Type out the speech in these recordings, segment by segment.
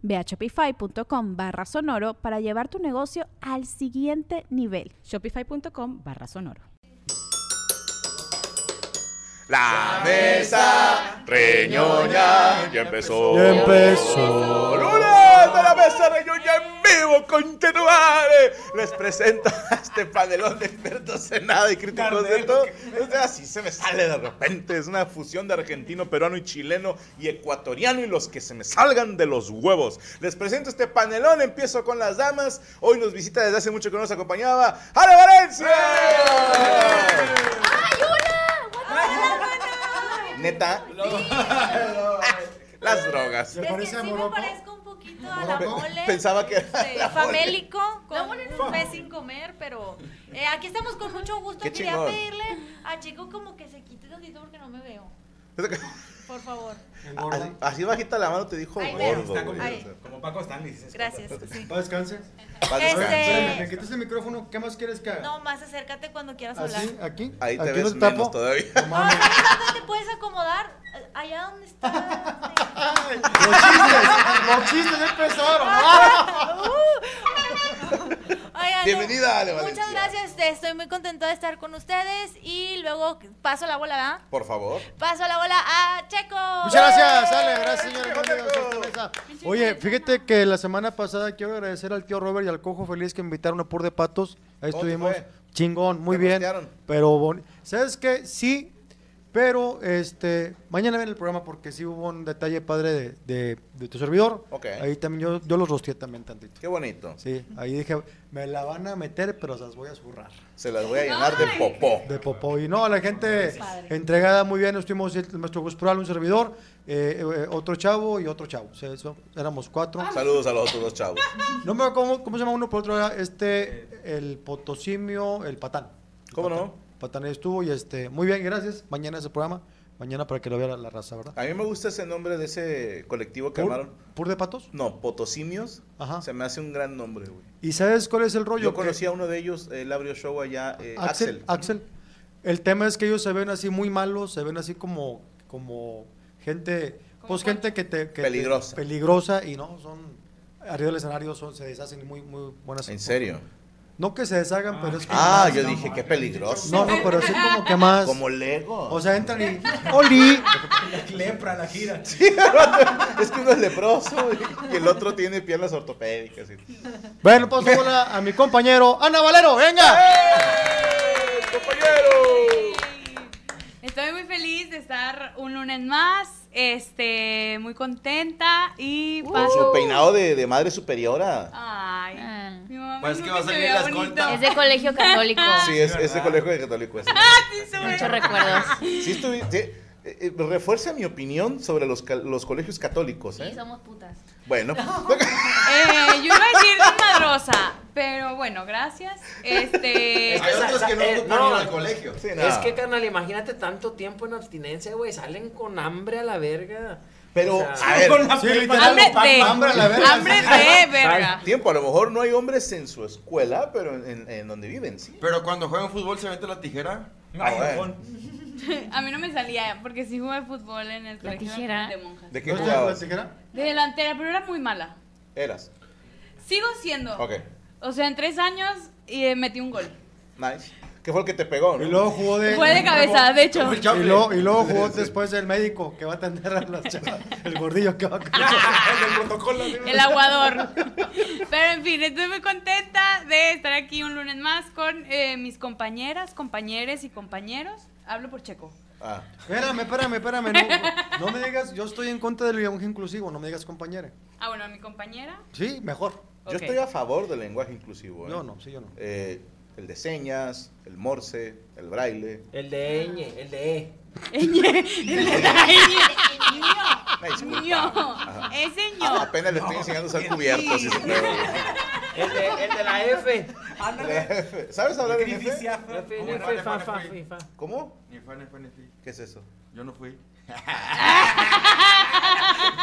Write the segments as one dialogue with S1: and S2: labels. S1: Ve a shopify.com barra sonoro para llevar tu negocio al siguiente nivel.
S2: Shopify.com barra sonoro.
S3: La mesa reñoña ya empezó.
S4: Ya empezó.
S3: ¡Lunes de la mesa reñoña en vivo! ¡Continuare! Les presento a este panelón de expertos en nada y críticos de todo. Es así se me sale de repente. Es una fusión de argentino, peruano y chileno y ecuatoriano y los que se me salgan de los huevos. Les presento este panelón. Empiezo con las damas. Hoy nos visita desde hace mucho que no nos acompañaba. ¡Ale Valencia! Neta. Las drogas.
S5: Es que
S4: parece
S5: sí
S4: a
S5: me
S4: Morocco?
S5: parezco un poquito a la
S3: Pe-
S5: mole.
S3: pensaba que era
S5: este,
S3: la mole.
S5: famélico, con un mes sin comer, pero eh, aquí estamos con mucho gusto.
S3: Qué
S5: Quería
S3: chingón.
S5: pedirle a Chico como que se quite tantito porque no me veo. Por favor.
S3: Así, así bajita la mano te dijo
S5: Ahí
S3: gordo.
S5: veo.
S3: güey.
S5: Ahí.
S6: Como Paco Stanley. dices.
S5: Gracias. sí.
S4: Pa' descanse.
S3: Pa'
S4: Espérame, me
S3: descansar.
S5: Este-
S4: quitas el micrófono. ¿Qué ¿Ah, más quieres que haga?
S5: No, más acércate cuando quieras hablar.
S4: Así, aquí.
S3: Ahí te
S4: aquí
S3: ves
S4: no
S3: menos
S4: tapo.
S3: todavía.
S4: No
S5: No, es
S4: mames.
S5: que no te puedes acomodar eh, allá donde este. estás.
S4: Ay, Los chistes, los chistes ya empezaron. Ah.
S5: Oigan,
S3: Bienvenida, Ale Valencia.
S5: Muchas gracias, este, estoy muy contenta de estar con ustedes y luego paso la bola, ¿verdad?
S3: Por favor.
S5: Paso la bola a Checo.
S4: Muchas gracias, Ale. Gracias, señores.
S3: Chico,
S4: Bienvenidos a esta mesa. Oye, fíjate que la semana pasada quiero agradecer al tío Robert y al Cojo Feliz que invitaron a Pur de Patos. Ahí
S3: ¿Cómo te
S4: estuvimos.
S3: fue?
S4: Chingón, muy
S3: ¿Te
S4: bien.
S3: rostearon?
S4: Pero, boni- ¿sabes qué? Sí, pero este mañana ven el programa porque sí hubo un detalle padre de, de- de tu servidor.
S3: Ok.
S4: Ahí también yo, yo los rosteé también tantito.
S3: Qué bonito.
S4: Sí, ahí dije, me la van a meter, pero se las voy a zurrar.
S3: Se las voy a llenar de popó.
S4: De popó. Y no, la gente entregada muy bien. Estuvimos el- nuestro Gus Proal, un servidor, eh, eh, otro chavo y otro chavo. O sea, eso, éramos cuatro.
S3: Saludos a los otros dos chavos.
S4: No me acuerdo cómo, cómo se llama uno por otro. Era este, el potosimio, el patán. El
S3: ¿Cómo
S4: patán.
S3: no?
S4: Patán ahí estuvo y este, muy bien, gracias. Mañana ese programa. Mañana para que lo vea la, la raza, ¿verdad?
S3: A mí me gusta ese nombre de ese colectivo que
S4: ¿Pur,
S3: armaron.
S4: ¿Pur de patos?
S3: No, Potosimios.
S4: Ajá.
S3: Se me hace un gran nombre, güey.
S4: ¿Y sabes cuál es el rollo?
S3: Yo
S4: Que-
S3: conocí a uno de ellos, él abrió show allá, eh,
S4: Axel,
S3: Axel.
S4: Axel. El tema es que ellos se ven así muy malos, se ven así como, como gente, pues gente que te... que te-
S3: Peligrosa.
S4: peligrosa y no, son... Arriba del escenario son, se deshacen muy, muy buenas.
S3: ¿En serio?
S4: No que se deshagan, pero es que...
S3: Ah,
S4: más,
S3: yo
S4: no.
S3: dije, qué peligroso.
S4: No, no, pero así como que más...
S3: Como Lego.
S4: O sea, entran y... ¡Oli!
S6: Lepra la gira.
S3: es que uno es leproso y el otro tiene piernas ortopédicas. y-
S4: Bueno, paso bola a mi compañero Ana Valero, venga.
S7: Estoy muy feliz de estar un lunes más, este, muy contenta y
S8: Uh.
S3: Con
S7: paso.
S3: su peinado de, de madre superiora.
S7: Ay, mi mamá
S6: Pues que
S7: nunca
S6: vas a
S7: se
S6: ir
S7: veía
S6: a las
S7: bonito.
S6: contas.
S8: Ah. Es de colegio católico.
S3: Sí, es, es de colegio de católico. ese.
S8: Muchos recuerdos.
S3: Sí, estuvi- sí, eh, eh, refuerza mi opinión sobre los, cal- los colegios católicos. ¿eh?
S8: Sí, somos putas.
S3: Bueno,
S7: Eh, yo iba a decir madrosa, pero bueno, gracias. Este,
S6: Es que
S9: Hay
S6: otros
S9: otros
S6: que
S9: que eh, no
S6: no
S9: ocupan ir
S6: van al
S9: al
S6: colegio.
S3: sí,
S9: Es
S3: nada.
S9: que, carnal, imagínate tanto tiempo en abstinencia, güey. Salen con hambre a la verga.
S3: Pero,
S9: O sea,
S3: a ver,
S4: Sí,
S7: hambre
S4: literal.
S7: de,
S4: hambre a la verga.
S7: hambre de verga.
S3: tiempo, a lo mejor no hay hombres en su escuela, pero en, en- en donde viven, sí.
S6: Pero cuando juegan fútbol se mete la tijera.
S3: Ah, bueno.
S7: A mí no me salía porque sí jugué fútbol en el colegio
S8: tijera.
S7: de monjas.
S3: ¿De qué
S4: ¿No te la
S3: jugabas?
S4: tijera?
S7: De delantera, pero era muy mala.
S3: Eras.
S7: Sigo siendo.
S3: Ok,
S7: O sea, en tres años eh, metí un gol.
S3: nice. que fue el que te pegó, ¿no?
S4: Y luego jugó de.
S7: Fue de cabeza, de hecho.
S6: Como el
S4: Y
S6: Chaplin.
S4: luego, y luego jugó después del médico que va a atender a las chavas. El gordillo que va a.
S6: El del protocolo. así.
S7: El aguador. Pero en fin, estoy muy contenta de estar aquí un lunes más con eh, mis compañeras, compañeres y compañeros. Hablo por Checo.
S3: Ah.
S4: Espérame, espérame, espérame. No, no me digas, yo estoy en contra del lenguaje inclusivo, no me digas compañera.
S7: Ah, bueno, mi compañera.
S4: Sí, mejor.
S3: Yo
S7: Ok.
S3: estoy a favor del lenguaje inclusivo. ¿eh?
S4: Yo no, sí, yo no.
S3: Eh, el de señas, el morse, el braille.
S9: El de Eñe, el de E.
S3: Una disculpa.
S7: Niño,
S3: Ajá.
S7: es
S3: Ah,
S7: señor.
S3: apenas le estoy enseñando a usar cubiertos. ese pedo.
S9: El de, el de la F.
S3: ¿Sabes hablar en
S6: Crisis,
S3: F?
S6: ya fue.
S9: La F,
S6: Ni
S9: N,
S6: fue,
S9: F,
S6: ni
S9: fa,
S6: fue,
S9: fa,
S6: ni fue.
S9: fi, fa.
S3: ¿Cómo?
S6: Ni fue, ni fue, ni fue.
S3: ¿Qué es eso?
S6: Yo no fui.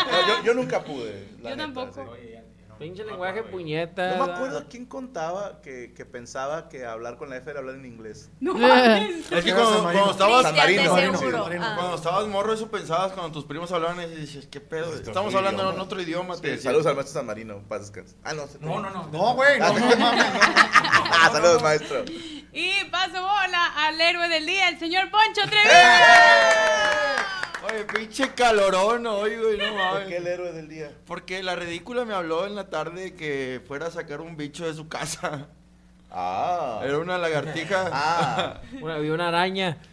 S3: No, yo, yo nunca pude. la
S7: Yo
S3: neta,
S7: tampoco.
S3: sí.
S9: Pinche lenguaje puñeta.
S3: No me acuerdo quién contaba que, que pensaba que hablar con la F era hablar en inglés.
S7: No
S9: Eh.
S7: mames.
S6: Es que
S4: Era
S6: cuando,
S4: San Marino.
S6: cuando estabas.
S3: San Marino,
S8: de
S3: Marino,
S8: seguro.
S3: sí, Marino.
S8: Ah.
S6: Cuando estabas morro, eso pensabas cuando tus primos hablaban y dices, ¿qué pedo?
S3: Nuestro
S6: Estamos
S3: otro
S6: hablando en
S3: idioma.
S6: otro idioma. te
S3: Sí,
S6: decía.
S3: saludos al maestro San Marino. Paz descanse. Ah, no. se-
S6: No, no, no.
S4: No, güey, no, no mames.
S3: Ah, saludos, maestro.
S7: Y paso bola al héroe del día, el señor Poncho Treviño.
S3: ¡Eh!
S6: Oye, pinche calorón hoy, güey, no
S3: ¿Por qué el
S6: mames.
S3: héroe del día?
S6: Porque la ridícula me habló en la tarde que fuera a sacar un bicho de su casa.
S3: Ah.
S6: Era una lagartija.
S3: Ah.
S9: Bueno, había una araña.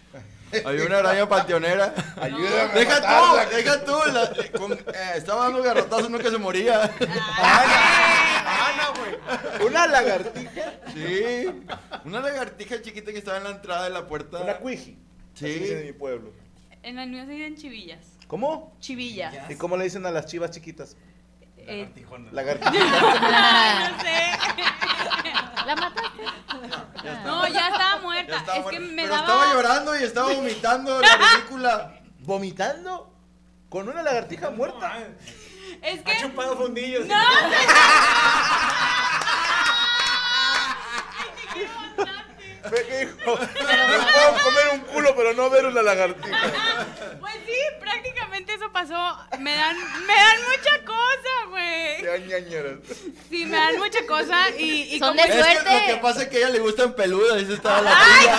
S6: Había una araña panteonera.
S3: Ayúdame. a
S6: Deja
S3: matarla.
S6: tú, deja tú. la- con- eh, estaba dando garrotazos, no que se
S3: Ah,
S6: moría. Ah,
S3: Una lagartija.
S6: Sí. Una lagartija chiquita que estaba en la entrada de la puerta.
S3: Una cuiji.
S6: Sí.
S3: Así dicen en mi pueblo.
S7: En el mío se dicen chivillas.
S3: ¿Cómo?
S7: Chivillas.
S3: ¿Y cómo le dicen a las chivas chiquitas?
S7: Eh,
S3: Lagartija.
S7: ay, no sé.
S8: La mataste.
S7: No, ya estaba muerta.
S6: Ya estaba
S7: es que
S6: muerta.
S7: me
S6: Pero
S7: daba.
S6: estaba llorando y estaba vomitando la ridícula.
S3: ¿Vomitando? ¿Con una lagartija muerta?
S7: Es que.
S6: chupado fundillos.
S7: ¡No! señor!
S3: Fue que dijo, me puedo comer un culo, pero no ver una lagartija.
S7: Pues sí, prácticamente eso pasó. Me dan, me dan mucha cosa, güey.
S3: Qué ñañeras.
S7: Sí, me dan mucha cosa y, y
S8: Son
S7: como-
S8: de-
S6: Es que
S8: Suerte. Ah,
S6: lo que pasa es que a ella le gustan peludas, esa estaba la tía.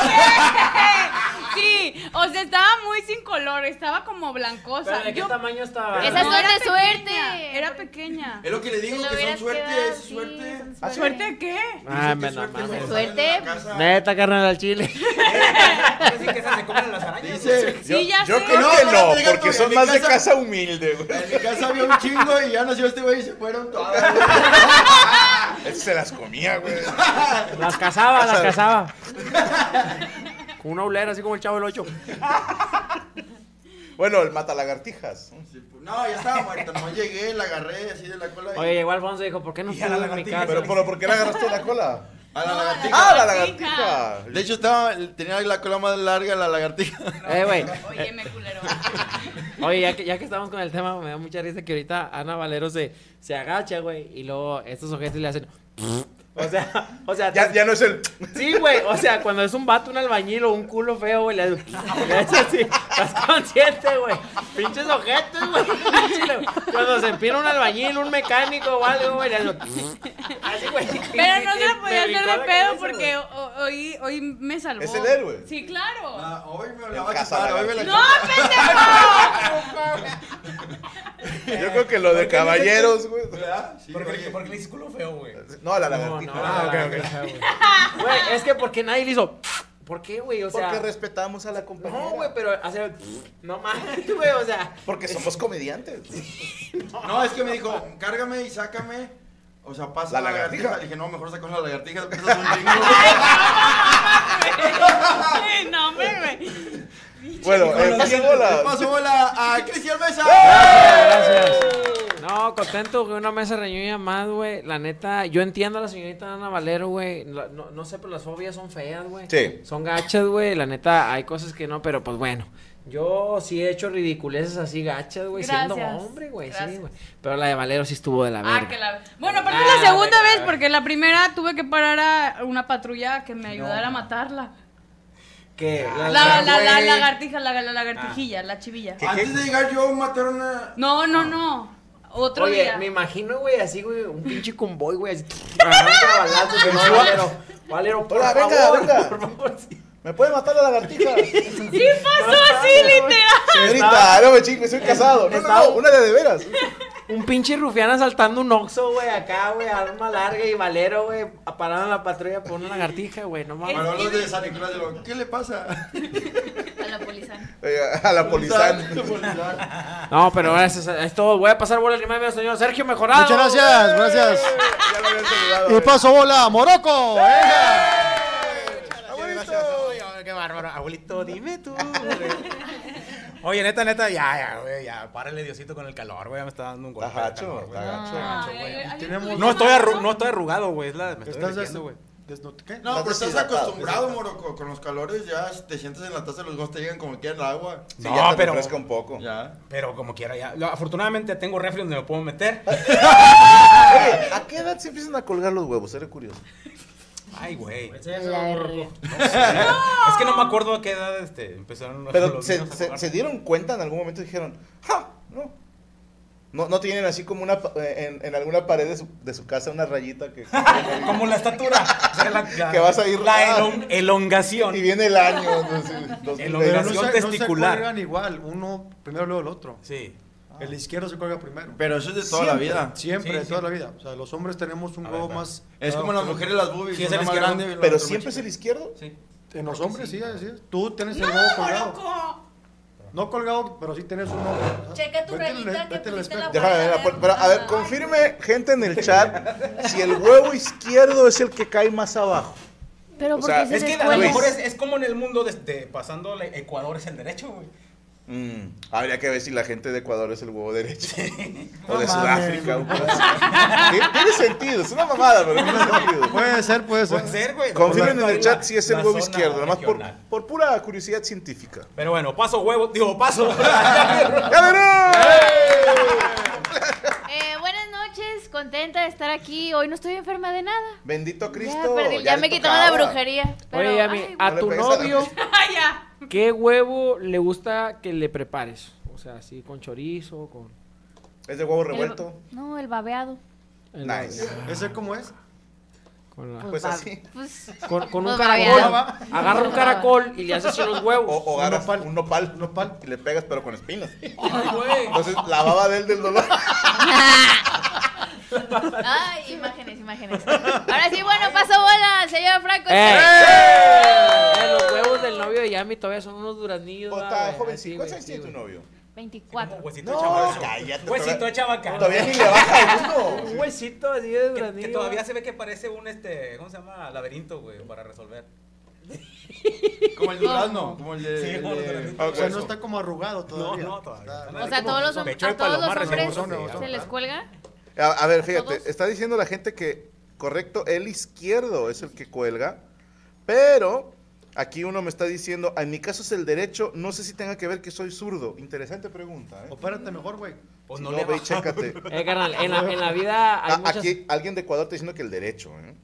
S7: Sí, o sea, estaba muy sin color, estaba como blancosa.
S9: ¿Pero de qué
S7: Yo-
S9: tamaño estaba?
S8: Esa
S7: No, era
S8: suerte, suerte.
S7: pequeña, Era pequeña.
S6: Es lo que le digo,
S8: Te lo
S6: que son
S8: hubieras
S6: suerte,
S8: quedado,
S6: es
S8: sí,
S6: suerte.
S8: son
S3: Ah,
S7: ¿Suerte de qué?
S9: Ah,
S6: Dicen que
S9: me
S6: es
S9: la
S6: suerte
S9: mames.
S6: cuando salen de
S8: Suerte.
S6: la
S7: Ah.
S6: casa.
S9: Neta, carnal, al chile.
S10: que esas se comen a las arañas.
S6: Dice,
S7: Sí, ya
S3: yo
S7: sé.
S3: creo
S6: No,
S3: que
S6: pero
S3: no,
S6: te digo
S3: porque
S6: que
S3: son
S6: en mi
S3: más de
S6: casa-
S3: casa humilde, güey.
S6: En mi casa había un chingo y ya nació este güey y se fueron todas.
S3: Él se las comía, güey.
S9: Las cazaba, las cazaba. Con una ulera, así como el chavo del 8.
S3: Bueno, el mata lagartijas.
S6: No, ya estaba muerta, no llegué, la agarré así de la cola. y-
S9: Oye, llegó Alfonso y dijo, ¿por qué no
S10: Y a la
S9: estuvo en mi
S10: lagartija,
S9: casa?
S3: Pero, pero ¿por qué le agarraste la cola?
S6: A la lagartija.
S3: ¡Ah, la
S7: lagartija.
S3: lagartija!
S6: De hecho, estaba, tenía la cola más larga la lagartija.
S9: Eh, güey.
S7: Oye, me culero.
S9: Oye, ya que, ya que estamos con el tema, me da mucha risa que ahorita Ana Valero se, se agacha, güey. Y luego estos objetos le hacen... O sea, o sea...
S3: Ya, ya no es el.
S9: Sí, güey. O sea, cuando es un vato, un albañil o un culo feo, güey, le haces le haces así. Estás consciente, güey. Pinches ojetes, güey. Chile, Cuando se empina un albañil, un mecánico o algo, güey, le haces así, güey.
S7: Pero no se la podía
S9: Me
S7: hacer
S9: brincó
S7: de
S9: la
S7: pedo
S9: cabeza,
S7: porque ho- hoy, hoy me salvó.
S3: Es el héroe.
S7: Sí, claro.
S6: Ah, hoy me
S3: El
S6: la va a
S3: caza
S6: quitar, hoy me la
S7: ¡No,
S6: quita.
S7: pendejo!
S3: Yo creo que lo de caballeros, güey.
S6: ¿Verdad? Sí,
S10: ¿Por
S6: oye.
S10: qué, por qué le dices culo feo, güey?
S3: No, a la
S9: güey. No,
S3: lagartija. Ah,
S9: no, la verga, güey. Güey, es que porque nadie le hizo. ¿Por qué, güey? O sea.
S3: Porque respetamos a la compañera.
S9: No, güey, pero hacer. No mames, güey, o sea.
S3: Porque somos comediantes.
S6: No, es que me dijo, cárgame y sácame. O sea, pasa
S3: La
S6: la, lagartija.
S3: lagartija.
S6: Le dije, no, mejor sacamos la lagartija. pesas un chingo.
S7: Sí, No, hombre, güey.
S3: Bueno, eh, pase bola.
S6: Pasó bola a Cristian Mesa.
S3: ¡Eh!
S9: Gracias. No, contento que una mesa reñida más, güey. La neta, yo entiendo a la señorita Ana Valero, güey. La- No, no sé, pero las fobias son feas, güey.
S3: Sí.
S9: Son gachas, güey. La neta, hay cosas que no, pero pues bueno. Yo sí he hecho ridiculeces así gachas, güey, Pues siendo
S7: Gracias.
S9: hombre, güey. Sí,
S7: Gracias.
S9: güey. Pero la de Valero sí estuvo de la verga.
S7: Ah, que la... Bueno, aparte
S9: Ah,
S7: es la segunda
S9: venga,
S7: vez
S9: venga.
S7: porque la primera tuve que parar a una patrulla que me ayudara a matarla.
S9: ¿Qué?
S7: La, la, la,
S6: güey.
S7: lagartija, la, la
S9: Ah.
S7: lagartijilla, la chivilla.
S6: Antes de llegar yo, mataron a...
S7: No, no, no. Otro
S9: Oye,
S7: día.
S9: me imagino, güey, así, güey, un pinche convoy, güey, así. arranca balazos, no, pues, Valero. Valero, por
S3: Hola, venga,
S9: favor,
S3: venga.
S9: por favor, sí.
S3: ¿Me puede matar la lagartija?
S7: Sí pasó así, literal.
S3: Señorita, no me chingue,
S6: Eh,
S3: soy casado. No, no,
S9: Estaba-
S3: no, una de de veras.
S9: Un pinche rufián asaltando un oxo, güey, acá, güey, arma larga y Valero, güey, pararon la patrulla por una lagartija, güey, no mames.
S6: Manolo de San Nicolás de Lo- ¿Qué le pasa?
S8: A la polizana.
S3: Eh, A la polizán.
S9: No, pero gracias, es todo. Voy a pasar bola al primer medio, señor Sergio Mejorado.
S4: Muchas gracias, gracias.
S3: Ya lo habían saludado.
S4: Y
S3: güey.
S4: paso bola, Morocco. venga.
S10: Oye, qué bárbaro. Abuelito, dime tú. güey. Oye, neta, neta, ya, ya, güey, ya, párale Diosito con el calor, güey, ya me está dando un golpe.
S3: Está
S10: de
S3: gacho,
S10: calor,
S3: está
S10: güey.
S3: gacho.
S10: No estoy, arru- no estoy arrugado, güey, es la, me estoy
S4: Estás
S10: derritiendo,
S4: des-
S10: güey.
S4: desnut- ¿qué?
S6: No, pues
S3: Estás
S6: pero estás
S3: deshidratado,
S6: acostumbrado,
S3: deshidratado.
S6: Moroco. Con los calores ya te sientes en la taza de los dos, te llegan como quieran el agua.
S3: Sí,
S10: No,
S3: ya te
S10: pero-
S3: refresca un poco.
S6: Ya.
S10: Pero como quiera, ya. Lo- Afortunadamente tengo refri donde me puedo meter.
S3: Oye, ¿a qué edad se empiezan a colgar los huevos? Era curioso.
S10: Ay, güey. Es
S8: La R.
S10: que no me acuerdo a qué edad este, empezaron los-
S3: Pero
S10: los
S3: se,
S10: niños a
S3: se-
S10: jugar.
S3: se dieron cuenta en algún momento y dijeron, ¡ja! No. No, no tienen así como una pa- eh, en, en alguna pared de su, de su casa una rayita que,
S10: Como la estatura. O sea, la- la-
S3: Que vas a ir- ah,
S10: La elon- elongación.
S3: y viene el año. entonces, dos-
S10: El
S3: de-
S10: hombre
S4: Pero
S10: Relación
S4: no se, no se
S10: testicular.
S4: cuelgan igual, uno primero luego el otro. Ah.
S10: Sí.
S4: El izquierdo se cuelga primero.
S6: Pero eso es de toda la vida.
S4: Siempre,
S10: Sí,
S4: de toda la vida. O sea, los hombres tenemos un
S10: A
S4: huevo
S10: ver, va.
S4: más.
S6: Es como
S4: Ah,
S6: las mujeres las boobies.
S10: Sí, es
S6: una
S10: el
S6: más
S10: izquierdo.
S6: grande y la
S3: pero
S6: otra
S3: siempre
S6: más
S3: es el
S6: chiquita.
S3: izquierdo.
S10: Sí.
S4: En los hombres, sí, así es. Tú tienes el huevo colgado. No colgado, pero sí tienes un huevo. Ajá.
S5: Checa tu
S4: Vete al-
S5: rayita que
S4: vete al
S5: pusiste
S4: espejo.
S5: la
S3: Déjame ver la puerta. Pero, a ver,
S5: Ay.
S3: confirme, gente en el chat, si el huevo izquierdo es el que cae más abajo.
S8: Pero
S3: O
S8: porque
S3: sea,
S8: se
S10: Es que a lo
S8: descuelga.
S10: mejor es, es como en el mundo de, de- pasando la- Ecuador es el derecho, güey.
S3: Mm, habría que ver si la gente de Ecuador es el huevo derecho. o
S4: No
S3: de
S4: mames.
S3: Sudáfrica. un pedazo. Tiene- Tiene sentido, es una mamada, pero tiene sentido.
S4: Puede ser, puede ser.
S10: Puede ser, güey.
S3: Confirmen en
S10: Por
S3: el
S10: la-
S3: chat si es el
S10: la
S3: huevo
S10: zona
S3: izquierdo, nada más por,
S10: regional.
S3: por pura curiosidad científica.
S10: Pero bueno, paso huevo, digo, paso.
S3: ¡Ganará!
S8: Eh, buenas noches, contenta de estar aquí. Hoy no estoy enferma de nada.
S3: Bendito
S8: ya,
S3: Cristo.
S8: perdí-
S3: ya
S8: ya
S3: le
S8: me quitaron la
S3: tocaba.
S8: brujería. Pero,
S9: Oye, Yami,
S8: ay,
S9: a
S3: no le
S9: tu
S3: pegues a la
S9: novio,
S7: Ah, ya.
S9: ¿qué huevo le gusta que le prepares? O sea, así con chorizo, con...
S3: Es de huevo
S8: el-
S3: revuelto.
S8: no, el babeado.
S3: Nice.
S4: ¿Ese cómo es?
S9: Con, la-
S3: Pues
S8: va-
S3: así.
S8: Pues,
S9: con- con un
S8: Pues vaya.
S9: caracol. Agarra un caracol y le haces así los huevos.
S3: O, o agarras un nopal,
S4: nopal.
S3: y le pegas, pero con espinas.
S10: Ay, güey.
S3: Entonces, la baba de él del dolor.
S8: ay, imágenes, imágenes. Ahora sí, bueno, paso bola al señor Franco.
S9: ¡Ey!
S8: ¡Ey!
S9: Eh, Los huevos del novio de Yami todavía son unos duranillos.
S3: O
S9: va,
S3: Pues, está
S9: güey,
S3: jovencito.
S9: así,
S3: ¿Cuántos
S9: güey,
S3: años
S9: sí,
S3: tiene tu
S9: güey.
S3: novio?
S8: 24.
S10: Huesito de
S3: No,
S10: chaval.
S3: cállate.
S10: Huesito de
S3: Todavía,
S10: chabacano.
S3: todavía ni le baja uno.
S9: Un huesito así de
S10: Que,
S9: duranillo.
S10: que todavía se ve que parece un este, ¿cómo se llama? Laberinto, güey, para resolver.
S6: Como el durazno. Como el de.
S10: Sí,
S6: el
S10: como el
S6: de-
S10: durazno.
S4: O sea, no
S3: Eso.
S4: está como arrugado todavía.
S10: No, no, todavía.
S8: O sea, todos los, hom-
S10: Pecho de
S8: a todos los
S10: palomar,
S8: hombres
S10: recién
S8: se
S4: usado,
S8: les
S4: ¿verdad?
S8: cuelga.
S3: A, a ver, fíjate,
S8: Todos.
S3: está diciendo la gente que, correcto, el izquierdo es el que cuelga, pero aquí uno me está diciendo, en mi caso es el derecho, no sé si tenga que ver que soy zurdo. Interesante pregunta, ¿eh?
S4: Opérate mejor, güey.
S10: Pues
S3: Si
S10: no,
S3: no,
S10: le
S3: ve y
S10: baja.
S3: chécate.
S4: Pues,
S9: Eh, carnal, en la, en la vida hay
S3: Ah,
S9: muchas...
S3: Aquí alguien de Ecuador está diciendo que el derecho, ¿eh?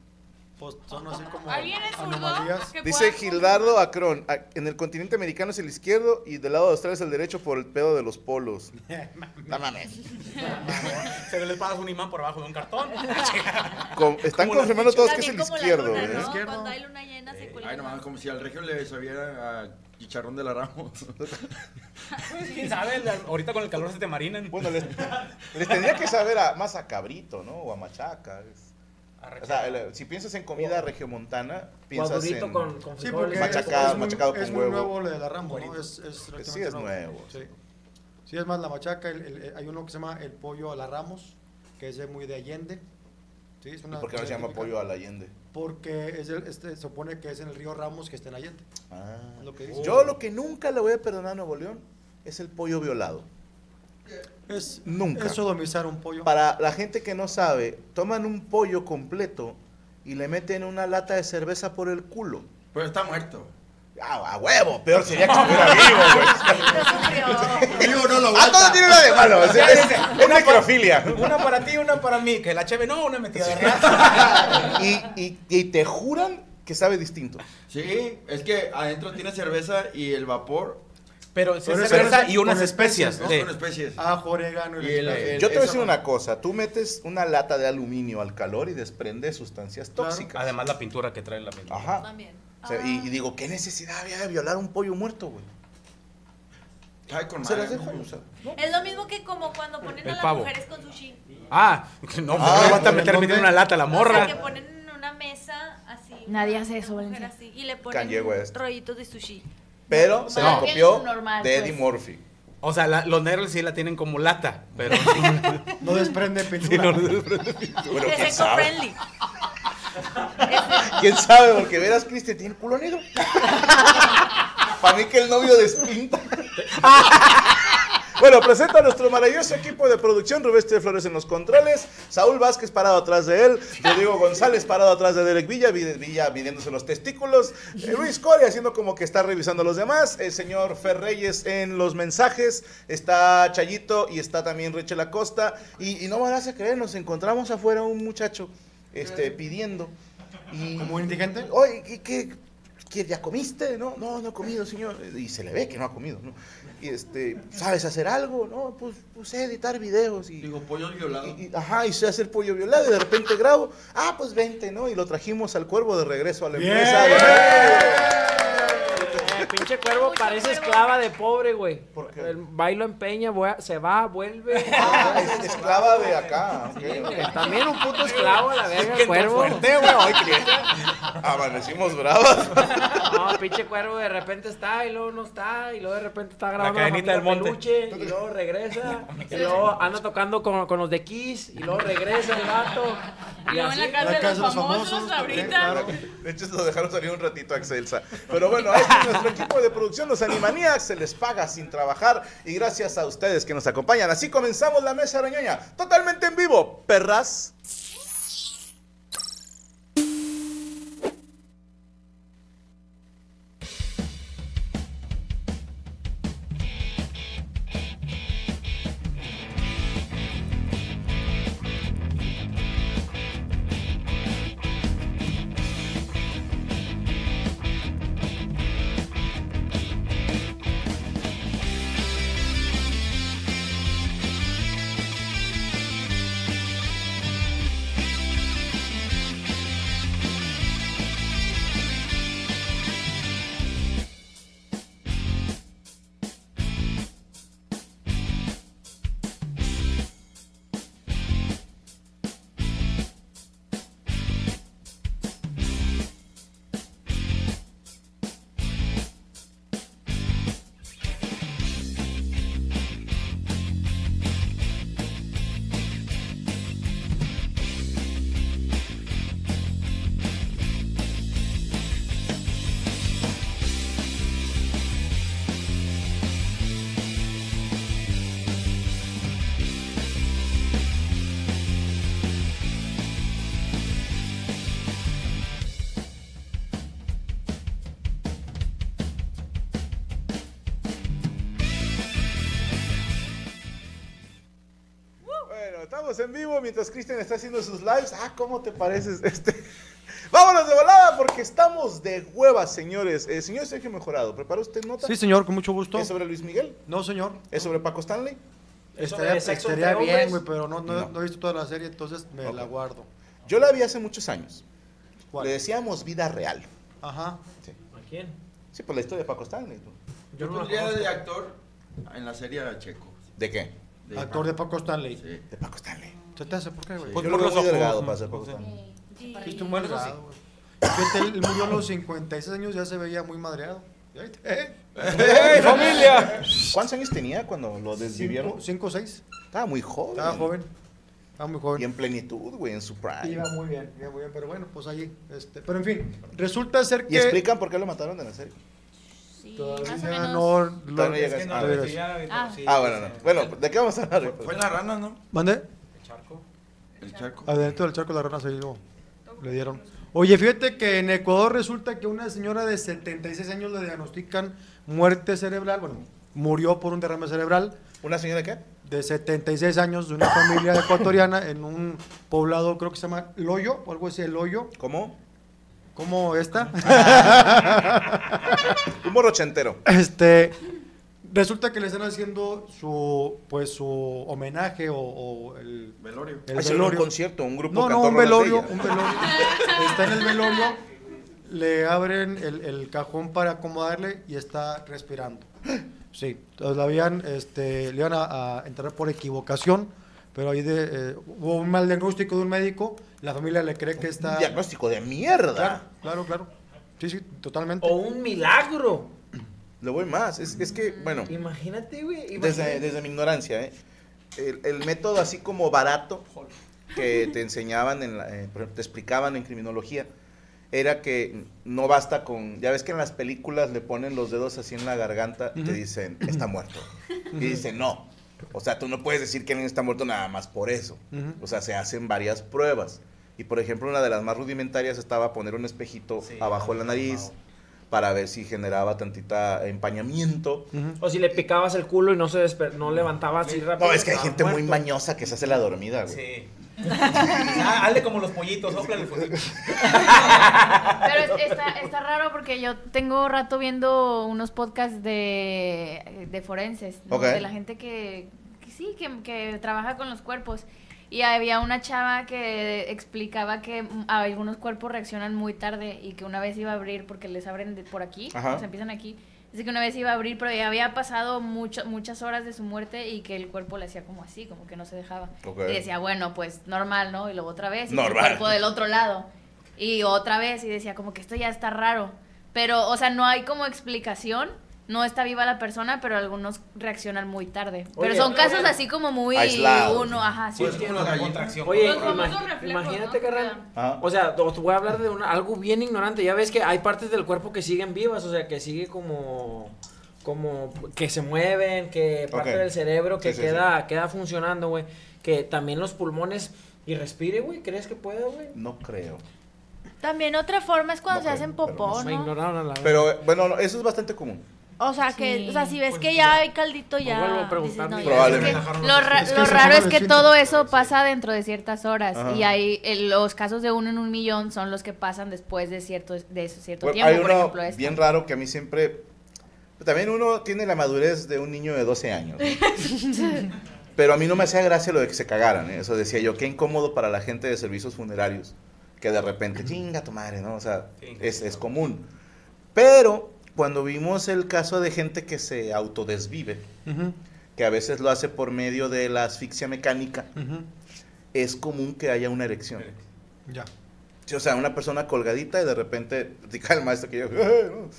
S4: Pues son así como
S7: ¿Alguien es
S4: anomalías.
S7: zurdo? que
S3: Dice
S7: pueda-
S3: Gildardo Acrón, "A- en el continente americano es el izquierdo y del lado de Australia es el derecho por el pedo de los polos. No mames.
S10: Se le pasas un imán por abajo de un cartón.
S3: Con- están
S10: Como la
S3: confirmando todos que es
S5: También
S3: el
S5: como la
S3: izquierdo,
S5: luna,
S3: ¿eh?
S5: ¿no?
S4: Izquierdo.
S5: Cuando hay luna llena se cuelga.
S6: Ay, no mames, como si al regio le sabiera a chicharrón de la Ramos.
S10: ¿Quién sabe? La- Ahorita con el calor se te marinan.
S3: Bueno, les, les tendría que saber a, más a cabrito, ¿no? O a machaca. es- O sea, el- si piensas en comida regiomontana, piensas
S9: Cuadrito
S3: en...
S9: con, con
S4: Sí,
S9: frijoles.
S4: porque
S3: Machacado,
S4: es muy,
S3: machacado con
S4: es muy
S3: huevo.
S4: nuevo lo de la Rambo, ¿no? Es, es
S3: Pues
S4: relativamente
S3: sí es nuevo.
S4: Sí. Sí, es más la machaca. el- el- eh, hay uno que se llama el pollo a la Ramos, que es de muy de Allende. Sí, es
S3: ¿Y
S4: una
S3: por qué no se
S4: comida
S3: llama
S4: típica.
S3: pollo a la Allende?
S4: Porque es el- este, se supone que es en el río Ramos que está en Allende.
S6: Ah.
S4: Es lo que dice.
S3: Yo lo que nunca le voy a perdonar a Nuevo León es el pollo violado.
S4: Es,
S3: Nunca.
S4: Es sodomizar un pollo.
S3: Para la gente que no sabe, toman un pollo completo y le meten una lata de cerveza por el culo.
S6: Pero está muerto.
S3: Ah, a huevo, peor sería que estuviera vivo, güey.
S6: Digo, no lo
S3: A todo
S6: aguanta.
S3: tiene una de malo, es, es, es
S10: Una-
S3: necrofilia.
S10: Una para ti, una para mí. Que la cheve no, una metida de raza.
S3: Y, y- y te juran que sabe distinto.
S6: Sí, es que adentro tiene cerveza y el vapor
S10: Pero se
S3: Pero
S10: hace
S3: es
S10: cerveza
S3: cerveza
S10: y unas
S3: con
S10: especias,
S3: especias,
S10: ¿no?
S3: ¿no?
S10: Con
S6: especies.
S4: Ajo, orégano Ah, y,
S6: Y el-
S4: la-
S6: el-
S3: Este, Yo te voy a decir
S6: esa-
S3: una cosa, tú metes una lata de aluminio al calor y desprende sustancias tóxicas.
S10: Además la pintura que trae la pintura.
S3: Ajá.
S5: También.
S3: O sea,
S5: Ah.
S3: y, y digo, ¿qué necesidad había de violar un pollo muerto, güey?
S6: Ay, con
S3: Se
S6: madre,
S3: las dejo,
S6: ¿no?
S3: o sea.
S5: Es lo mismo que como cuando ponen
S10: El
S5: a las
S10: pavo.
S5: mujeres con sushi.
S10: Ah, no,
S3: Ah,
S10: me vas a
S3: ¿en
S10: meter
S4: dónde?
S10: meter una lata a la
S5: O sea, que
S10: morra.
S5: ponen en una mesa así.
S8: Nadie
S5: una-
S8: hace
S5: una
S8: eso,
S5: mujer
S8: Valencia.
S5: así, y le
S3: Kanye
S5: ponen
S3: West.
S5: rollitos de sushi.
S3: Pero se
S8: Normal.
S3: lo copió
S8: Alguien normal,
S3: de Eddie
S8: pues.
S3: Murphy.
S10: O sea, la- los negros sí la tienen como lata, pero
S4: No desprende
S10: sí,
S4: pintura.
S10: no,
S3: Bueno,
S5: que
S3: quién
S5: es eco
S3: sabe.
S5: friendly.
S3: ¿Quién sabe? Porque verás, Cristian tiene el culo negro. Para mí que el novio despinta. Bueno, presenta a nuestro maravilloso equipo de producción, Rubén Esteve Flores en los controles, Saúl Vázquez parado atrás de él, Rodrigo González parado atrás de Derek Villa, Vide- Villa midiéndose los testículos, eh, Luis Coria haciendo como que está revisando a los demás, el señor Fer Reyes en los mensajes, está Chayito y está también Rachel Acosta, y, y no van a creer, nos encontramos afuera un muchacho este, pidiendo. Y,
S4: ¿Como un indigente?
S3: Oye, ¿y qué, qué, ¿Ya comiste? No, no, no he comido, señor. Y se le ve que no ha comido, ¿no? Y este, ¿sabes hacer algo? No, pues, pues sé editar videos y,
S6: Digo, pollos violados.
S3: y- y- ajá, y sé hacer pollo violado y de repente grabo. Ah, pues vente, ¿no? Y lo trajimos al cuervo de regreso a la
S4: Bien.
S3: empresa.
S9: Eh, pinche cuervo parece esclava de pobre, güey.
S3: ¿Por qué?
S9: El bailo empeña, voy a- se va, vuelve.
S3: Ah, es- esclava de acá. ok, ok.
S9: Eh, También un puto esclavo a la verga,
S10: que
S9: el cuervo.
S10: fuerte, güey, hoy,
S3: Amanecimos bravas.
S9: No, pinche cuervo de repente está y luego no está y luego de repente está grabando la
S10: cadenita
S9: familia
S10: del monte.
S9: peluche y luego regresa y luego anda tocando con, con los de Kiss y luego regresa el gato.
S7: Y
S9: Y
S7: luego en la
S9: así.
S7: casa de
S4: La
S7: los
S4: casa de los
S7: famosos,
S3: pues,
S4: famosos,
S7: ahorita.
S4: sí, claro.
S3: De hecho, lo dejaron salir un ratito a Excelsa. Pero bueno, este es nuestro equipo de producción, los Animaniacs, se les paga sin trabajar. Y gracias a ustedes que nos acompañan. Así comenzamos la mesa arañoña, totalmente en vivo, perras. Bueno, estamos en vivo mientras Cristian está haciendo sus lives. Ah, ¿cómo te pareces este? Vámonos de volada porque estamos de huevas, señores. Eh, señor Sergio Mejorado, ¿preparó usted nota?
S4: Sí, señor, con mucho gusto.
S3: ¿Es sobre Luis Miguel?
S4: No, señor.
S3: ¿Es sobre Paco Stanley?
S4: Estaría,
S9: sexo
S4: estaría
S9: entre
S4: bien,
S9: hombres?
S4: güey, pero no, no,
S3: No.
S4: no he visto toda la serie, entonces me la
S3: Ok.
S4: guardo.
S3: Yo la vi hace muchos años.
S4: ¿Cuál?
S3: Le decíamos vida real.
S4: Ajá.
S9: ¿A quién?
S3: Sí, por la historia de Paco Stanley. ¿no?
S9: Yo
S6: Yo
S9: no la
S6: pondría
S9: conozco.
S6: de actor en la serie a Checo.
S3: ¿De qué?
S4: Actor de Paco Stanley.
S6: Sí.
S3: De Paco Stanley.
S4: ¿Se te hace por qué, güey?
S3: Yo
S4: Yo
S3: lo
S10: por
S3: veo
S10: los
S3: muy
S10: ojos,
S3: delgado
S10: ¿no?
S3: para ser Paco
S10: Sí.
S3: Stanley.
S4: Fuiste un buen delgado, güey. Fíjate, él murió a los 56 años, ya se veía muy madreado. ¿Ya viste? ¿Eh?
S10: ¡Ey, familia!
S3: ¿Cuántos años tenía cuando lo desvivieron?
S4: 5 o 6.
S3: Estaba muy joven.
S4: Estaba joven. Estaba muy joven.
S3: Y en plenitud, güey, en su prime.
S4: Iba muy bien, iba muy bien, pero bueno, pues ahí. Este, pero en fin, resulta ser
S3: Y
S4: que.
S3: explican por qué lo mataron en la serie.
S8: Sí, más o
S4: Todavía
S8: menos.
S4: no.
S3: Todavía no llegas. Ah, ah, bueno, no. Bueno, ¿de qué vamos a hablar?
S6: Fue la rana, ¿no?
S4: ¿Mande?
S6: El charco.
S4: Adentro del charco de la rana se lo, le dieron. Oye, fíjate que en Ecuador resulta que una señora de 76 años le diagnostican muerte cerebral, bueno, murió por un derrame cerebral
S3: ¿Una señora qué?
S4: de 76 años de una familia ecuatoriana en un poblado creo que se llama Loyo o algo así, El Hoyo,
S3: ¿Cómo?
S4: como esta.
S3: Un borrochentero.
S4: Este Resulta que le están haciendo su pues su homenaje o, o el
S6: velorio.
S4: el
S3: Hacerle Ah, un
S4: velorio.
S3: concierto, un grupo
S4: No, no, un
S3: cantor Rolas de
S4: velorio,
S3: ella.
S4: un velorio. Está en el velorio, le abren el, el cajón para acomodarle y está respirando. Sí, entonces la habían, este, le iban a, a enterrar por equivocación, pero ahí de, eh, hubo un mal diagnóstico de un médico, la familia le cree que está...
S3: diagnóstico de mierda.
S4: Claro, claro, claro. Sí, sí, totalmente.
S9: O un milagro.
S3: Le voy más. Es, es que, bueno,
S9: Imagínate, güey.
S3: desde, desde mi ignorancia, ¿eh? El, el método así como barato que te enseñaban, en la- eh, por ejemplo, te explicaban en criminología, era que no basta con. Ya ves que en las películas le ponen los dedos así en la garganta y te dicen, está muerto. Y dicen, no. O sea, tú no puedes decir que alguien está muerto nada más por eso.
S4: Ujú.
S3: O sea, se hacen varias pruebas. Y por ejemplo, una de las más rudimentarias estaba poner un espejito abajo de la nariz para ver si generaba tantita empañamiento.
S4: Ujú.
S9: O si le picabas el culo y no se desper- no levantabas así rápido.
S3: No, es que hay
S9: estaba
S3: gente muy
S9: muerto.
S3: mañosa que se hace la dormida, güey.
S10: Sí. Ah, hazle como los pollitos, sóplale el fuego.
S8: Pero es- está, está raro porque yo tengo rato viendo unos podcasts de, Eh, de forenses, ¿no?
S3: Ok.
S8: de la gente que, que sí, que, que trabaja con los cuerpos. Y había una chava que explicaba que mm, algunos cuerpos reaccionan muy tarde y que una vez iba a abrir porque les abren de por aquí,
S3: Ajá.
S8: o sea, empiezan aquí. Dice que una vez iba a abrir, pero ya había pasado mucho- muchas horas de su muerte y que el cuerpo le hacía como así, como que no se dejaba.
S3: Ok.
S8: Y decía, bueno, pues normal, ¿no? Y luego otra vez. Y que
S3: Normal.
S8: El cuerpo del otro lado. Y otra vez. Y decía, como que esto ya está raro. Pero, o sea, no hay como explicación. No está viva la persona, pero algunos reaccionan muy tarde. pero
S9: Oye,
S8: son casos así como muy
S3: eh, Aislados. Pues,
S8: uno, ajá, sí.
S10: Sí, es Pues, como la contracción.
S9: Oye,
S7: Los famosos
S9: imagi-
S7: reflejos,
S9: imagínate,
S7: ¿no?
S9: carnal.
S3: Ajá.
S9: O sea, os voy a hablar de una- algo bien ignorante. Ya ves que hay partes del cuerpo que siguen vivas, o sea, que sigue como como que se mueven, que parte
S3: Ok.
S9: del cerebro que
S3: Sí, sí,
S9: queda queda funcionando, güey, que también los pulmones y respire, güey. ¿Crees que puede, güey?
S3: No creo.
S5: También otra forma es cuando
S3: No,
S5: se hacen
S3: pero- pero
S5: popó,
S9: Me
S5: ¿no?
S9: ignoraron a la vez.
S3: Pero eh, bueno, no, eso es bastante común.
S5: O sea,
S8: Sí.
S5: que, o sea, si
S10: Pues
S5: ves que ya hay caldito, ya.
S9: vuelvo a
S5: dices,
S9: preguntar.
S5: no, ya.
S3: Probablemente.
S8: Lo, ra-
S4: Es que
S8: lo
S4: se
S8: raro
S4: acaba
S8: es
S4: de
S8: que
S4: decir.
S8: todo eso pasa dentro de ciertas horas.
S3: pues, Ajá.
S8: Y ahí el- los casos de uno en un millón son los que pasan después de cierto, de eso- cierto
S3: Bueno,
S8: tiempo.
S3: hay
S8: por
S3: uno
S8: ejemplo, este.
S3: bien raro que a mí siempre... pero También uno tiene la madurez de un niño de 12 años. ¿no? Pero a mí no me hacía gracia lo de que se cagaran. ¿eh? Eso decía yo, qué incómodo para la gente de servicios funerarios. Que de repente, chinga tu madre, ¿no? O sea,
S10: Chinga
S3: es, es común. Pero cuando vimos el caso de gente que se autodesvive,
S4: Ujú,
S3: que a veces lo hace por medio de la asfixia mecánica,
S4: ujú,
S3: es común que haya una erección.
S4: Ya.
S3: Sí, o sea, una persona colgadita y de repente platica el maestro que yo. "Eh", ¿no? O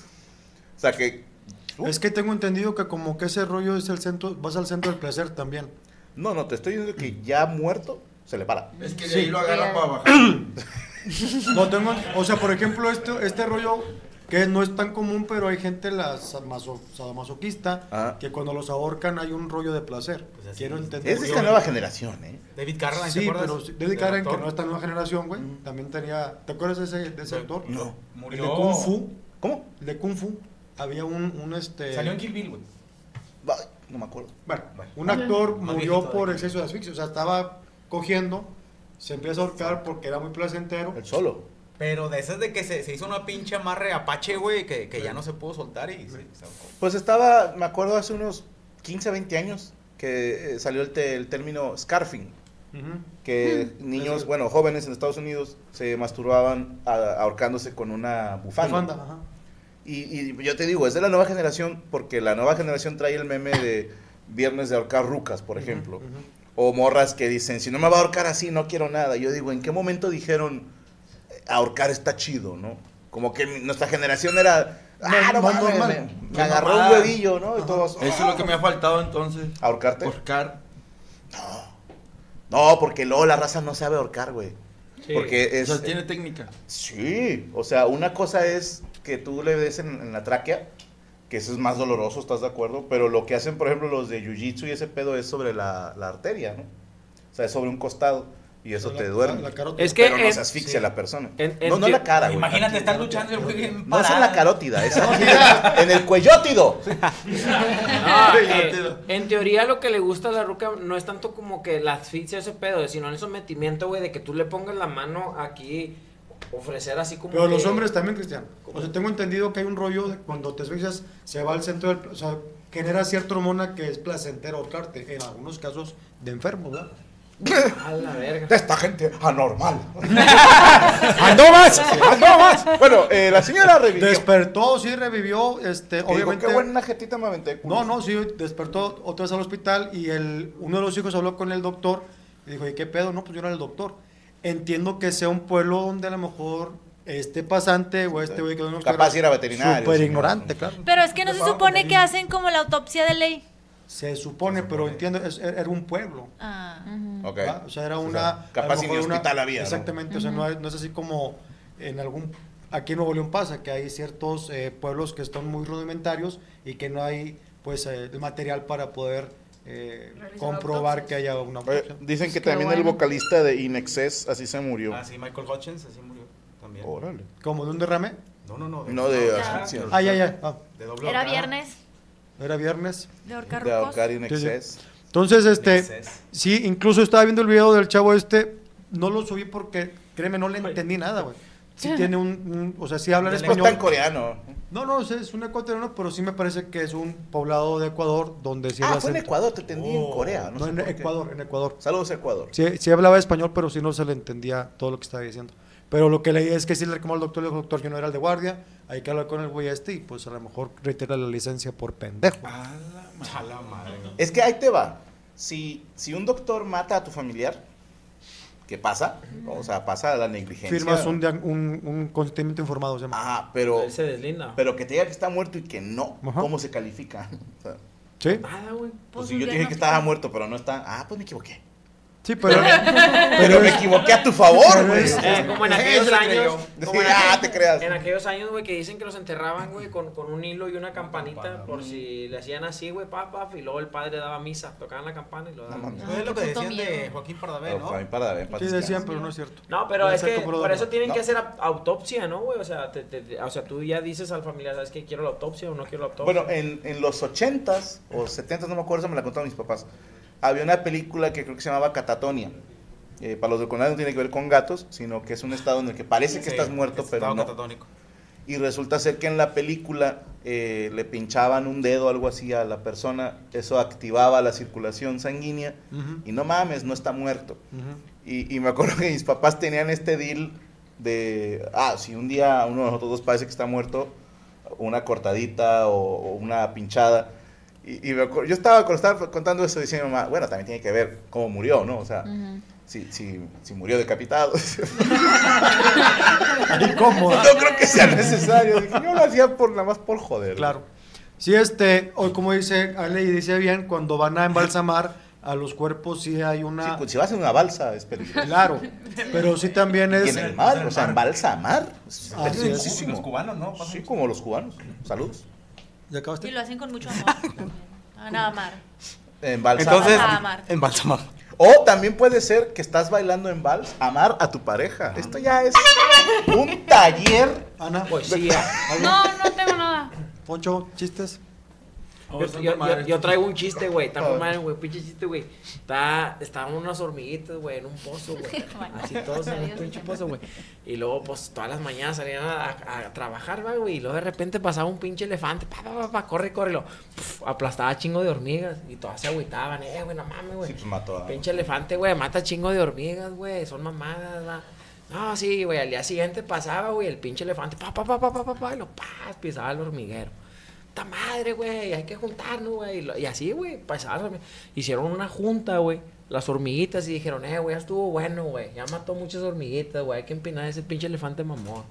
S3: sea, que. uh,
S4: Es que tengo entendido que como que ese rollo es el centro, vas al centro del placer también.
S3: No, no, te estoy diciendo que ya muerto se le para.
S6: Es que de
S4: Sí.
S6: ahí lo agarran para bajar.
S4: No tengo, o sea, por ejemplo, este, este rollo que no es tan común, pero hay gente la samaso- sadomasoquista
S3: Ah.
S4: que cuando los ahorcan hay un rollo de placer.
S10: Pues así
S4: Quiero
S10: es.
S4: entender.
S3: Es de
S4: yo.
S3: esta nueva generación, ¿eh?
S10: David Carradine, ¿te
S4: Sí,
S10: acuerdas?
S4: pero sí, David Carradine, que
S10: Del
S4: no es
S10: actor.
S4: tan nueva generación, güey, también tenía, ¿te acuerdas de ese, de ese
S10: De-
S4: actor?
S3: No.
S4: El
S10: Murió.
S4: de Kung Fu,
S3: ¿Cómo?
S4: el de Kung Fu, había un, un este...
S10: Eh, Salió en Kill Bill, güey.
S3: Ay, No me acuerdo.
S4: Bueno,
S10: Bueno.
S4: un actor
S10: Más
S4: murió
S10: viejito
S4: por
S10: de-
S4: exceso de asfixia, o sea, estaba cogiendo, se empieza a ahorcar porque era muy placentero.
S3: El solo.
S10: Pero de esas de que se, se hizo una pinche amarre apache, güey, que, que ya no se pudo soltar y se, se ahorcó.
S3: Pues estaba, me acuerdo hace unos 15, 20 años que eh, salió el, te- el término scarfing.
S4: Ujú.
S3: Que niños, bueno, jóvenes en Estados Unidos se masturbaban a- ahorcándose con una
S4: Bufanda, ajá.
S3: Y, y yo te digo, es de la nueva generación, porque la nueva generación trae el meme de viernes de ahorcar rucas, por ejemplo.
S4: Ujú, ujú.
S3: O morras que dicen, si no me va a ahorcar así, no quiero nada. Yo digo, ¿en qué momento dijeron, eh, ahorcar está chido, no? Como que mi- nuestra generación era, ah,
S4: No,
S3: no, mames,
S4: normal.
S3: me, me
S6: No,
S3: agarró un
S6: mamada.
S3: huevillo, ¿no? Y todos,
S6: Eso es lo que me ha faltado entonces.
S3: ¿ahorcarte?
S6: Ahorcar.
S3: No, porque luego la raza no sabe ahorcar, güey.
S9: Sí.
S3: Porque
S6: O
S3: es... eh,
S6: sea, tiene técnica.
S3: Sí, o sea, una cosa es que tú le des en, en la tráquea, que eso es más doloroso, ¿estás de acuerdo? Pero lo que hacen, por ejemplo, los de jiu-jitsu y ese pedo es sobre la, la arteria, ¿no? O sea, es sobre un costado y eso
S4: La-
S3: te duerme.
S4: la carota.
S9: Es que
S3: pero no
S9: en-
S3: se asfixia la persona.
S9: En- en
S3: no, no
S9: teo-
S3: la cara, güey.
S10: Imagínate, estás luchando y el güey bien
S3: No es en la
S10: parado.
S3: carótida, es aquí, en el cuellotido.
S9: No,
S6: Sí,
S9: eh,
S6: tío.
S9: en teoría lo que le gusta a la ruca no es tanto como que la asfixia ese pedo, sino el sometimiento, güey, de que tú le pongas la mano aquí ofrecer así como.
S4: Pero los
S9: que-
S4: hombres también, Cristian. O sea, tengo entendido que hay un rollo de cuando te asfixias, se va al centro del. O sea, genera cierta hormona que es placentera ahorcarte. En algunos casos de enfermos, ¿verdad?
S9: A la verga.
S3: De esta gente anormal. ¡Andó más! ¡Andó más! Bueno, eh, la señora revivió.
S4: Despertó, sí revivió. Este,
S3: digo,
S4: obviamente.
S3: qué buena jetita me aventé.
S4: No, no, sí, despertó otra vez al hospital y el, uno de los hijos habló con el doctor y dijo, ¿y qué pedo? No, pues yo no era el doctor. Entiendo que sea un pueblo donde a lo mejor este pasante o este güey que no
S3: Capaz era veterinario,
S4: Súper
S3: sí,
S4: ignorante, claro.
S5: Pero es que no se
S4: Vamos,
S5: supone que
S4: Karina.
S5: hacen como la autopsia de ley.
S4: Se supone, pero entiendo, es- er, era un pueblo.
S5: Ah.
S3: Ok.
S4: ¿verdad? O sea, era
S3: O sea,
S4: una... a lo
S3: capaz
S4: mejor
S3: ni
S4: una-
S3: hospital había, ¿no?
S4: Exactamente, o sea, no, es- no es así como en algún... Aquí en Nuevo León pasa que hay ciertos eh, pueblos que están muy rudimentarios y que no hay, pues, eh, el material para poder eh, comprobar que haya una
S3: Eh,
S4: autopsia.
S3: dicen que
S4: Qué
S3: también el
S4: bueno.
S3: vocalista de Inexcess así se murió.
S10: Ah, sí, Michael Hutchins así murió también.
S3: Órale.
S4: ¿Como de un derrame?
S10: No, no, no.
S3: No, de
S10: Ah,
S3: asfixia.
S4: Ah, ya, ya. ah.
S10: De doble
S5: Era
S10: ahorcada.
S5: viernes.
S4: Era viernes.
S5: De
S3: De ahorcar
S4: Sí, sí.
S3: Inexcess.
S4: Entonces, este,
S10: Excess.
S4: sí, incluso estaba viendo el video del chavo este, no lo subí porque, créeme, no le entendí nada, güey. Sí tiene un, un- o sea, sí habla en
S3: Pues
S4: español.
S3: está en coreano.
S4: No, no, es- es un ecuatoriano, pero sí me parece que es un poblado de Ecuador donde sí
S3: Ah,
S4: habla
S3: fue en
S4: acento.
S3: Ecuador, te entendí en Corea. No,
S4: Oh, No,
S3: sé
S4: en
S3: por qué.
S4: Ecuador, en Ecuador.
S3: Saludos, Ecuador.
S4: Sí, sí hablaba español, pero sí no se le entendía todo lo que estaba diciendo. Pero lo que leí es que sí le recomendó al doctor, le dijo, doctor, yo no era el de guardia, hay que hablar con el güey este y pues a lo mejor reitera la licencia por pendejo.
S3: Ah,
S10: A la madre.
S9: Ah,
S3: Es que ahí te va. Si, si un doctor mata a tu familiar, ¿qué pasa? O sea, pasa a la negligencia.
S4: Firmas un, diag- un, un consentimiento informado, se llama.
S3: Ajá, pero,
S9: Él se deslinda.
S3: pero que te diga que está muerto y que no,
S4: Ajá.
S3: ¿cómo se califica? O sea,
S4: ¿Sí?
S9: Nada, güey.
S3: pues
S5: Pues
S3: si
S5: un
S3: yo te dije que
S5: diagnóstico.
S3: estaba muerto, pero no está. Ah, pues me equivoqué.
S4: Sí, pero...
S3: Pero me equivoqué a tu favor,
S4: Pero
S3: güey.
S4: es-
S3: O sea,
S9: Eh, como en
S6: Eso
S9: aquellos
S6: creo
S9: años.
S3: yo.
S9: como en
S3: Ah,
S9: aquellos-
S3: te creas.
S9: En aquellos años, güey, que dicen que los enterraban, güey, con, con un hilo y una campanita. Por si le hacían así, güey, pa, pa. Y luego el padre daba misa, tocaban la campana y lo daban.
S3: mames.
S10: Es lo que
S5: qué puto
S10: decían de
S5: miedo.
S10: Joaquín Pardavé,
S3: Pero
S10: ¿no?
S3: para mí, para ver, para
S4: Sí,
S3: descansar.
S4: decían, pero no es cierto.
S9: No, pero
S4: Ya
S9: es
S4: saco
S9: que
S4: puro
S9: por
S4: dato.
S9: eso tienen
S3: No.
S9: que hacer au- autopsia, ¿no, güey? O sea, te- te- te- o sea, tú ya dices al familiar, ¿sabes qué? Quiero la autopsia o no quiero la autopsia.
S3: Bueno, en, en los 80s o 70s, no me acuerdo, se me la contaron mis papás. Había una película que creo que se llamaba Catatonia. Eh, para los documentales no tiene que ver con gatos, sino que es un estado en el que parece que
S10: Sí,
S3: estás muerto, pero
S10: estado
S3: no.
S10: catatónico.
S3: Y resulta ser que en la película eh, le pinchaban un dedo o algo así a la persona, eso activaba la circulación sanguínea
S4: Ujú,
S3: y no mames, no está muerto.
S4: ujú.
S3: Y, y me acuerdo que mis papás tenían este deal de, ah, si un día uno de nosotros dos parece que está muerto, una cortadita o, o una pinchada. Y, y me acuerdo- yo estaba con- estaba contando eso diciendo, mamá, bueno, también tiene que ver cómo murió, ¿no? O sea, si, si, si murió decapitado.
S4: ¿Y cómo?
S3: no creo que sea necesario. Dije, yo lo hacía por, nada más por joder.
S4: Claro. Sí, este, hoy como dice Ale y dice bien, cuando van a embalsamar a los cuerpos sí hay
S3: Sí,
S4: una...
S3: pues, si vas en una balsa, es peligroso.
S4: Claro, pero sí también
S3: Y
S4: es...
S3: en el mar, o sea, en balsa, mar. Es
S4: Así es.
S3: peligrosísimo.
S10: Los cubanos, ¿no? Pasan
S3: Sí, como los cubanos. Saludos.
S5: Y
S4: ¿Ya acabaste?
S5: lo hacen con mucho amor. también. Ah, nada, Mar.
S3: En balsa.
S10: Entonces,
S5: Ah, Marta.
S10: en Balsamar.
S3: O también puede ser que estás bailando en vals, amar a tu pareja. Esto ya es un taller. Pues
S4: Ana,
S9: Poesía.
S4: ¿algo?
S7: No, no tengo nada.
S4: Poncho, chistes.
S9: Yo, yo- yo- yo traigo un chiste, güey. Está con madre, güey. Pinche chiste, güey. Está, estaban unas hormiguitas, güey, en un pozo, güey. Así todos en un pinche pozo, güey. Y luego, pues, todas las mañanas salían a, a- a trabajar, va, güey. Y luego de repente pasaba un pinche elefante. Pa, pa, pa, pa, corre, corre. y Lo, pf, aplastaba chingo de hormigas. Y todas se agüitaban, eh, güey, no mames, güey.
S3: Sí, pues mató a.
S9: Pinche elefante, güey, mata chingo de hormigas, güey, son mamadas, va. No, sí, güey, al día siguiente pasaba, güey, el pinche elefante, pa, pa, pa, pa, pa, pa, pa, y lo, pa, pisaba el hormiguero. ¡Ta madre, güey! Hay que juntarnos, güey. Y lo- Y así, güey, pasaba las hormigas. Hicieron una junta, güey, las hormiguitas, y dijeron, eh, güey, ya estuvo bueno, güey, ya mató muchas hormiguitas, güey, hay que empinar ese pinche elefante mamón.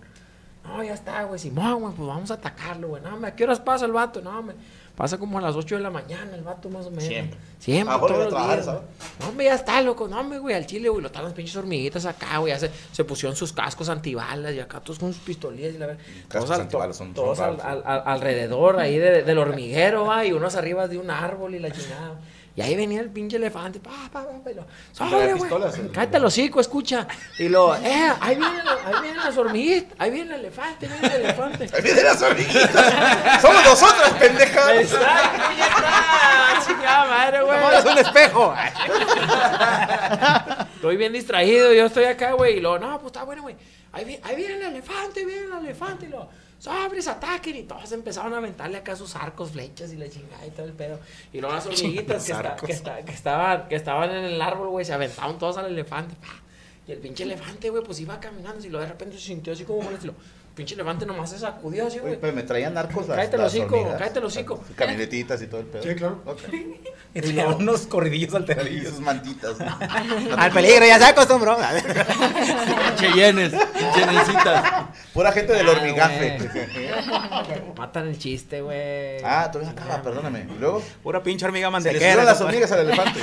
S9: No, ya está, güey. Simón, güey, pues vamos a atacarlo, güey. No, me, ¿a qué horas pasa el vato? No, me. Pasa como a las 8 de la mañana el vato, más o menos.
S3: Siempre.
S9: Siempre,
S3: Ahora voy a
S9: todos los
S3: trabajar,
S9: días,
S3: ¿sabes?
S9: güey. No, hombre, ya está, loco. No, hombre, güey, al chile, güey. Lo están las pinches hormiguitas acá, güey. ya Se, se pusieron sus cascos antibalas y acá todos con sus pistolillas y la verdad.
S3: Cascos antibalas son- son
S9: Todos al-
S3: raros,
S9: al- al- alrededor ahí de- del hormiguero, va. Y unos arriba de un árbol y la chingada. Y ahí venía el pinche elefante. Pa, pa, pa, pa, y lo, "Sobre, güey,
S3: pistolas, el-
S9: Cállate el hocico, escucha. Y lo, eh, ahí vienen, ahí vienen las hormiguitas, ahí viene el elefante, ahí viene el elefante.
S3: Ahí vienen las hormiguitas. Somos nosotros, pendejas.
S9: Ahí está, ahí está, Ah, chingada madre, güey.
S10: Es un espejo.
S9: Estoy bien distraído, yo estoy acá, güey. Y luego, no, pues está bueno, güey. ahí, vi- ahí viene el elefante, ahí viene el elefante. Y lo, sobres, ataquen. Y todos empezaron a aventarle acá sus arcos, flechas y la chingada y todo el pedo. Y luego las hormiguitas que,
S10: Los
S9: esta-
S10: arcos.
S9: que esta- que estaban, que estaban en el árbol, güey, se aventaron todos al elefante. pa. Y el pinche elefante, güey, pues iba caminando. Y lo de repente se sintió así como molesto. Pinche elefante nomás se sacudió así, güey.
S3: Oye, pero me traían narcos las,
S9: Cállate el
S3: las
S9: hocico,
S3: hormigas.
S9: cállate el hocico.
S3: Camionetitas y todo el pedo.
S9: Sí,
S4: claro.
S10: Y tenía unos corridillos
S3: alteradillos. Y sus mantitas. ¿no?
S10: Al peligro, ya se acostumbró.
S6: Cheyennes,
S3: chenecitas. Pura gente del
S9: Ah,
S3: hormigafe.
S9: güey. Eh. Matan el chiste, güey.
S3: Ah, todavía acaba, perdóname. ¿Y luego?
S10: Pura pinche hormiga
S3: Se le
S10: mantequera.
S3: subieron las hormigas al elefante.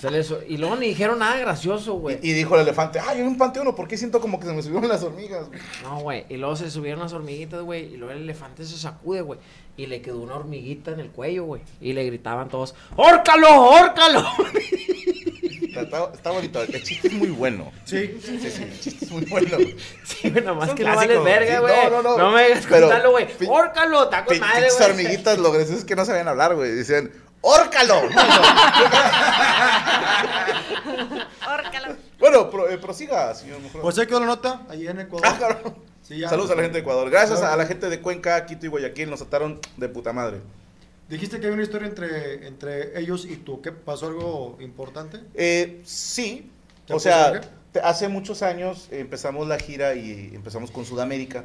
S9: Se le su- y luego ni dijeron nada gracioso, güey.
S3: Y dijo el elefante, ay, en un panteón, ¿por qué siento como que se me subieron las hormigas? güey?"
S9: No, güey. Y luego se subieron las hormiguitas, güey. Y luego el elefante se sacude, güey. Y le quedó una hormiguita en el cuello, güey. Y le gritaban todos, ¡Hórcalo, órcalo!
S3: Está, está- está bonito, el chiste es muy bueno.
S4: Sí.
S3: Sí, sí, el chiste es muy bueno.
S9: Sí, güey, nomás
S3: Es un
S9: que no
S3: clásico,
S9: vales verga,
S3: sí.
S9: güey.
S3: No, no, no.
S9: me hagas
S3: Pero
S9: contarlo, güey.
S3: pin-
S9: ¡Hórcalo! ¡Está con madre,
S3: Pinches
S9: güey!
S3: hormiguitas, lo gracioso es que no sabían hablar, güey. Decían, ¡órcalo! bueno, pro- eh, prosiga, señor. Mejorado.
S4: Pues ahí quedó la nota, ahí en Ecuador. Sí, ya.
S3: Saludos a la gente de Ecuador. Gracias
S4: Claro.
S3: a la gente de Cuenca, Quito y Guayaquil, nos ataron de puta madre.
S4: Dijiste que hay una historia entre, entre ellos y tú. ¿Qué pasó algo importante?
S3: Eh, sí,
S4: ¿Te
S3: o
S4: acuerdas
S3: sea,
S4: de qué?
S3: te- hace muchos años eh, empezamos la gira y empezamos con Sudamérica.